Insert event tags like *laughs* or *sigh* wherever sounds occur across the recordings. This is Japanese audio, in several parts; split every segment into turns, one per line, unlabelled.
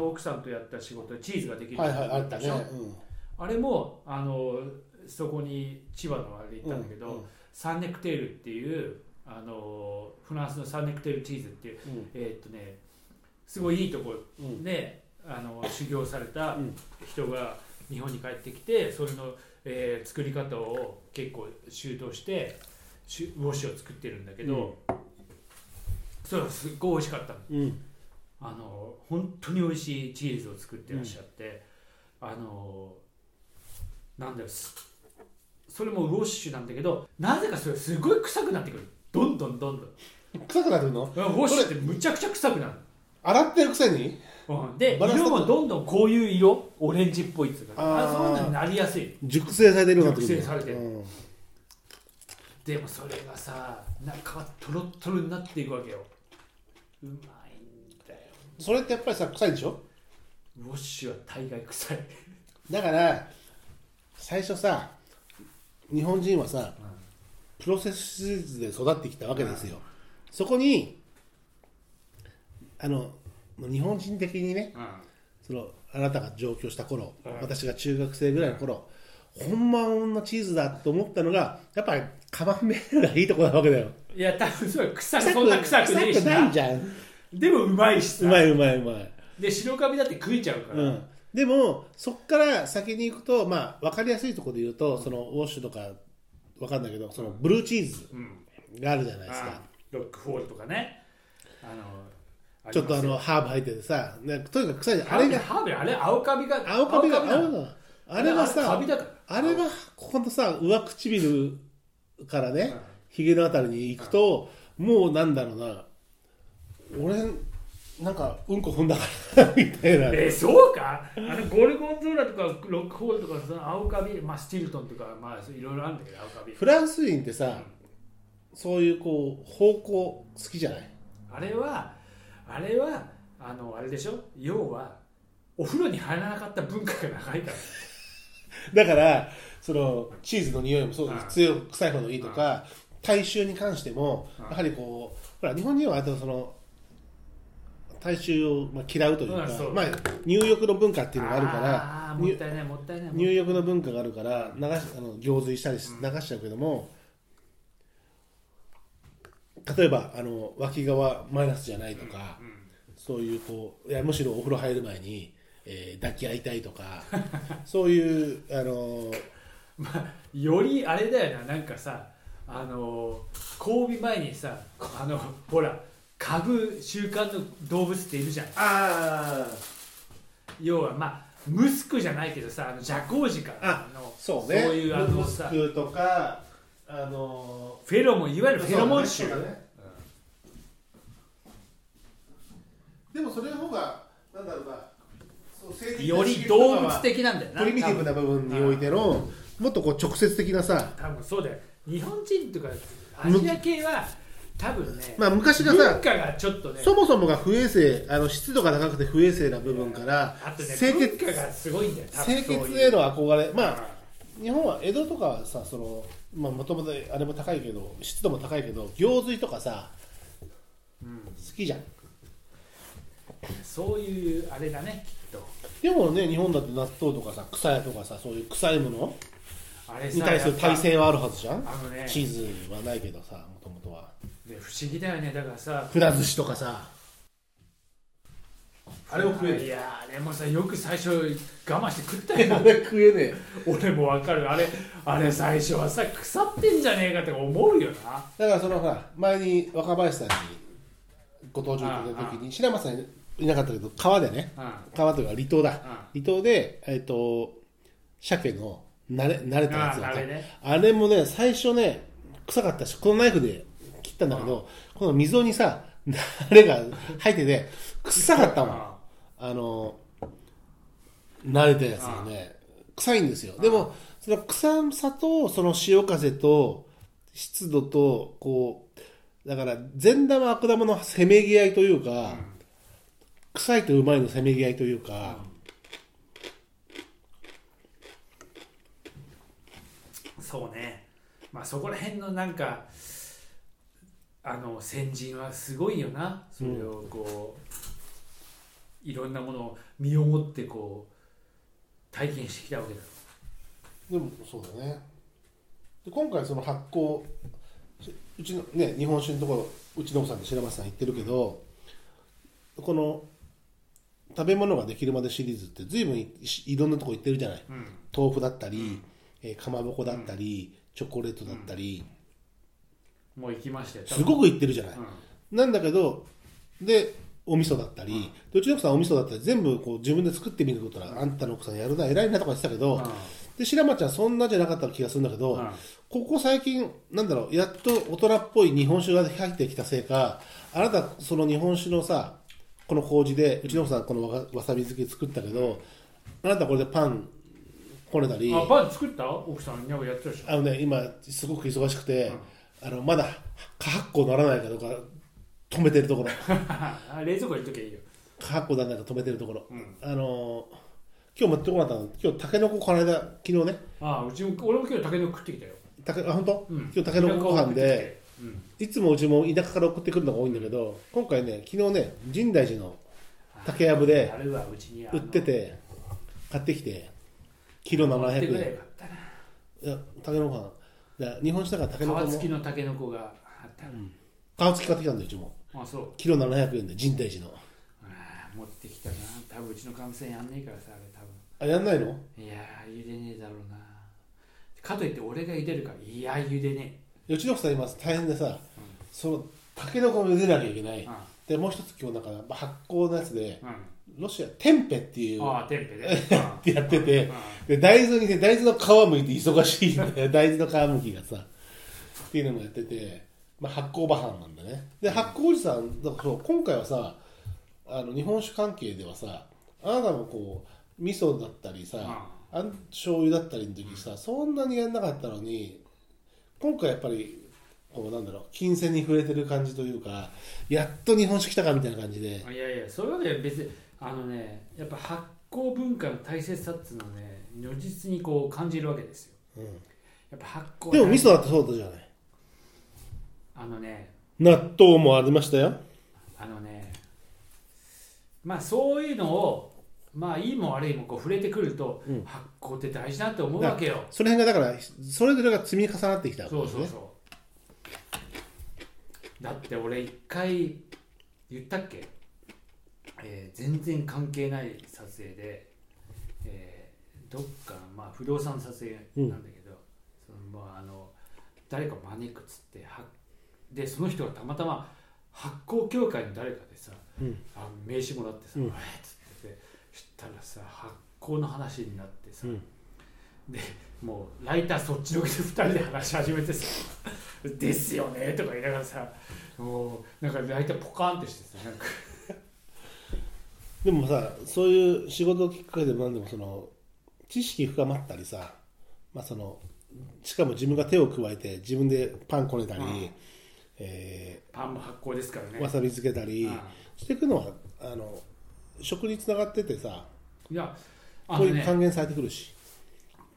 奥さんとやった仕事でチーズができる
はいはいあった
で
ね
しょあれもあのそこに千葉のあれで行
うん
ったんだけど、サンネクテールっていうあのフランスのサンネクテールチーズっていう
うん
えーっとねすごいいいとこ
うんうん
であの修行された
うん
人が日本に帰ってきてそれの、えー作り方を結構習得してしゅウォッシュを作ってるんだけど、それはすっごい美味しかったの
うん
あの本当に美味しいチーズを作ってらっしゃって、あのなんだろうすそれもウォッシュなんだけどなぜかそれすごい臭くなってくるどんどんどんどん
臭くなってるの
ウォッシュってむちゃくちゃ臭くなる
洗ってるくせに
うんで
バランス
色もどんどんこういう色オレンジっぽいっつうか
あー
あそういうのになりやすい
熟成されてるようになってくる
熟成されてる
うん
でもそれがさ中はトロットロになっていくわけようまいんだよ
それってやっぱりさ臭いでしょ
ウォッシュは大概臭い
だから最初さ日本人はさプロセス手術で育ってきたわけですよそこにあの日本人的にね
うん、
そのあなたが上京した頃、
はい
私が中学生ぐらいの頃、ほんま女チーズだと思ったのがやっぱりカマンベールがいいとこなわけだよ
いや多分それは臭くそんな臭くねえし
臭くない
な
じゃんう
でもうまいしさ
まいうまいうまい、
で白カビだって食えちゃうから、
うん、でもそっから先に行くとまあ分かりやすいところで言うとそのウォッシュとか分かんないけどそのブルーチーズ
うん
があるじゃないです
あ
か
ロックフォールとかねあの
ちょっとあ
り
の
ますよ
ハーブ入っててさなんかとにかく臭いじゃんあ
ハー
れ
ブ
が
ハーブあれ青カビが
青カビが
なの
青があれがさ
カビだから
あれがここのさ上唇からね、
うん
ひげのあたりに行くと、もうなんだろうな俺なんかうんこ踏んだからみたいな、
えーそうかあのゴルゴンゾーラとかロックホールとかその青カビ、まあ、スチルトンとか、まあ、いろいろあるんだけど青カビ
フランス人ってさそういうこう方向好きじゃない
あれはあれはあのあれでしょ要はお風呂に入らなかった文化が長いから
だからそのチーズの匂いもそうです
うん
強く臭いほどいいとか大衆に関しても
うん
やはりこうほら日本人はあとその大衆をまあ嫌うというか、
うんそう
まあ、入浴の文化っていうのがあるから
あーもったいないもったいない
入浴の文化があるから流しあの行水したりし流しちゃうけども、例えばあの脇側マイナスじゃないとか、そういうこういやむしろお風呂入る前に、えー抱き合いたいとか *laughs* そういうあの
まあ、よりあれだよななんかさあの交尾前にさあのほら嗅ぐ習慣の動物っているじゃん
あ
要はまあムスクじゃないけどさあのジャコウジか
あ
の
そうね
そういうあのさ
ムスクとかあの
フェロモンいわゆるフェロモン臭
そうだねでもそれの方がなんだろうなそう性的
よ
な刺
り
激とかは
動物的なんだよな
プリミティブな部分においてのもっとこう直接的なさ、
多分多分そうだよ日本人とかアジア系は多分ね、
まあ、昔が
文
さ
化がちょっとね
そもそもが不衛生あの湿度が高くて不衛生な部分から
あとね
清潔
文化がすごいんだよ多分
清
そう
潔
い
へ
う
の憧れまあ
あ
日本は江戸とかはさそのまあもともとあれも高いけど湿度も高いけど行水とかさ
うん
好きじゃん
そういうあれだねきっと
でもね日本だって納豆とかさ草屋とかさそういう臭いもの
あれさ
に対する耐性はあるはずじゃ
やっ
ん
ぱあのね
チーズはないけどさもともとは
で不思議だよねだからさ
くら寿司とかさあれを食えね
いやあれもさよく最初我慢して食った
え
よ
*laughs* あれ食えねえ
俺もわかるあれあれ最初はさ腐ってんじゃねえかって思うよな
だからそのほら前に若林さんにご登場いただいた時に白松さんいなかったけど川でね
うんうん
川というか離島だ
あ
離島でえっ、と鮭の慣れ慣れたやつ
あ
だ
あ
った
れね
あれもね最初ね臭かったしこのナイフで切ったんだけどこの溝にさ *laughs* あれが入ってて臭かったもんあの慣れたやつがね臭いんですよでもその臭さとその潮風と湿度とこうだから善玉悪玉のせめぎ合いというか、臭いとうまいのせめぎ合いというか、
うんそうねまあそこら辺のなんかあの先人はすごいよなそれをこう、いろんなものを身をもってこう体験してきたわけだ
でもそうだねで今回その発酵しうちのね日本酒のところうちの奥さんと白松さん行ってるけどこの食べ物ができるまでシリーズって随分いいろんなとこ行ってるじゃない
うん
豆腐だったり、えーかまぼこだったり、チョコレートだったり、
もう行きましたよ
すごく行ってるじゃない、
うん
なんだけどでお味噌だったり、でうちの奥さんはお味噌だったり全部こう自分で作ってみることはあんたの奥さんやるな偉いなとか言ってたけど、
うん
で白松ちゃんそんなじゃなかった気がするんだけど、
うん
ここ最近なんだろうやっと大人っぽい日本酒が入ってきたせいかあなたその日本酒のさこの麹でうちの奥さんこのわわさび漬け作ったけどあなたこれでパンこねたり
あパン作った奥さんなんかやってたでしょ
あのね今すごく忙しくて、あのまだ過発酵ならないかどうか止めてるところ *laughs*
あ冷蔵庫に入れときゃいいよ
過発酵ならないか止めてるところ、
うん
あのー今日持ってこなかったの今日たけのここの間昨日ね
あうちも俺も今日竹の食ってきたよ
たけあ本当、
うん
今日たけのこご飯で。
うん
いつもうちも田舎から送ってくるのが多いんだけど今回ね昨日ね深大寺の竹やぶで
あるわうちにあ
売
の
ってて買ってきてキロ
持ってくれ
700
ば
円
よかったない
や竹のご飯いや日本酒だから竹の
皮
子
付き
も
のタケノコがあったら、
皮付き買ってきたんだようちも
あそう
キロ700円で深大寺の
あー持ってきたな多分うちの感染やんねえからさあれ多分
あやんないの
いやー茹でねえだろうなかといって俺が茹でるからいやー茹でね
うちの夫さん今大変でさ、その竹の子を茹でなきゃいけな
え
い
うん
でもう一つ今日なんか発酵のやつで
うん
ロシアテンペっていう
ああテンペで、
*laughs*
う
ってやってて、
ん
で大豆にね大豆の皮むいて忙しいんだよ *laughs* 大豆の皮むきがさっていうのもやってて、まあ、発酵バハンなんだねで発酵おじさんだからそう今回はさあの日本酒関係ではさあなたもこう味噌だったり
うん
さ、あん醤油だったりの時さそんなにやんなかったのに今回やっぱりこうなんだろう金銭に触れてる感じというかやっと日本酒来たかみたいな感じで
いやいやそういうわけで別にあのねやっぱ発酵文化の大切さっていうのをね如実にこう感じるわけですよ、
うん
やっぱ発酵
でも味噌
は
だってそうだじゃない
あのね
納豆もありましたよ
あのねまあそういうのをまあいいも悪いもこう触れてくると、
うん
発酵って大事だって思うわけよ
その辺がだからそれぞれが積み重なってきたわけ
そう
です
そう
ね
そうだって俺一回言ったっけ、えー全然関係ない撮影で、えーどっか、まあ、不動産の撮影なんだけど、そのまあ、あの誰か招くっつってはでその人がたまたま発行協会の誰かでさ、
うん
あ名刺もらってさ「
うん
えっ?」つっててそしたらさ発行の話になってさ、
うん
でもうライターそっちのけで2人で話し始めてさ「ですよね」とか言いながらさもうなんかライターポカーンってしてさなんか
でもさそういう仕事をきっかけでも何でもその知識深まったりさ、まあ、そのしかも自分が手を加えて自分でパンこねたり、
うん
え
パンも発行ですから
ー
ね。
わさび漬けたり
うん
していくのはあの食につながっててさ
いやあ
こう
の
いう
ね
還元されてくるし、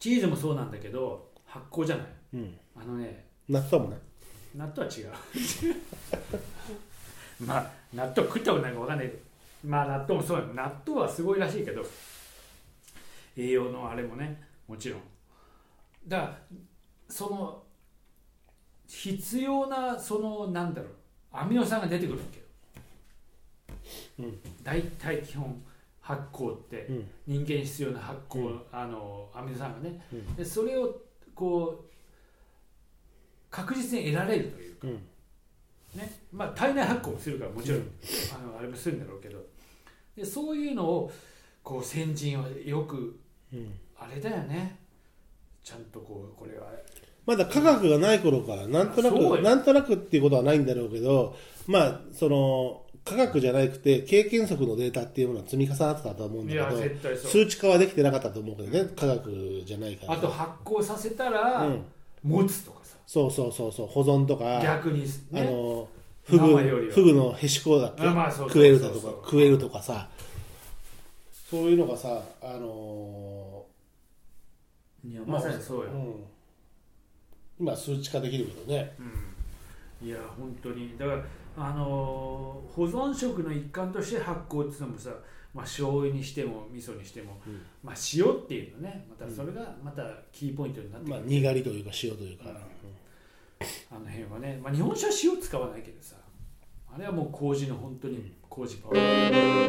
チーズもそうなんだけど発酵じゃない
うん、
あのね
納豆もね
納豆は違う *laughs* まあ納豆食ったことないか分かんないけどまあ納豆もそうよ納豆はすごいらしいけど栄養のあれもねもちろんだからその必要なそのなんだろうアミノ酸が出てくるわけよ、
うん
大体基本発酵って
うん
人間に必要な発酵、
うん
あのアミノ酸がね、
うん
でそれをこう確実に得られるという
うん
ねまあ体内発酵もするからもちろん、
うん
あのあれもするんだろうけどでそういうのをこう先人はよく
うん
あれだよねちゃんとこうこれは
まだ科学がない頃からなんとな
そうよ
くなんとなくっていうことはないんだろうけどまあその科学じゃなくて経験則のデータっていうものは積み重なってたと思うん
い
だけ
や
ど
絶対そう
数値化はできてなかったと思うけどね科学じゃないから
あと発酵させたら、
うん、
持つとかさ
そうそうそうそう保存とか、
逆に
あ
ね
のフ
生より
グ
は
フグのへしこだっけ
あまあそうそう
食えるだと
そ
か
うそう
食えるとかさそういうのがさあの
いや
ー
まさにそうよ、
ん今数値化できるけどね
うんいや本当にだからあのー保存食の一環として発酵っていうのもさまあ、醤油にしても味噌にしても、
うん
まあ、塩っていうのねまたそれがまたキーポイントになってく
まあ
る、
にがりというか塩というか、
うんあの辺はね、まあ、日本酒は塩使わないけどさあれはもう麹の本当に麹パワー、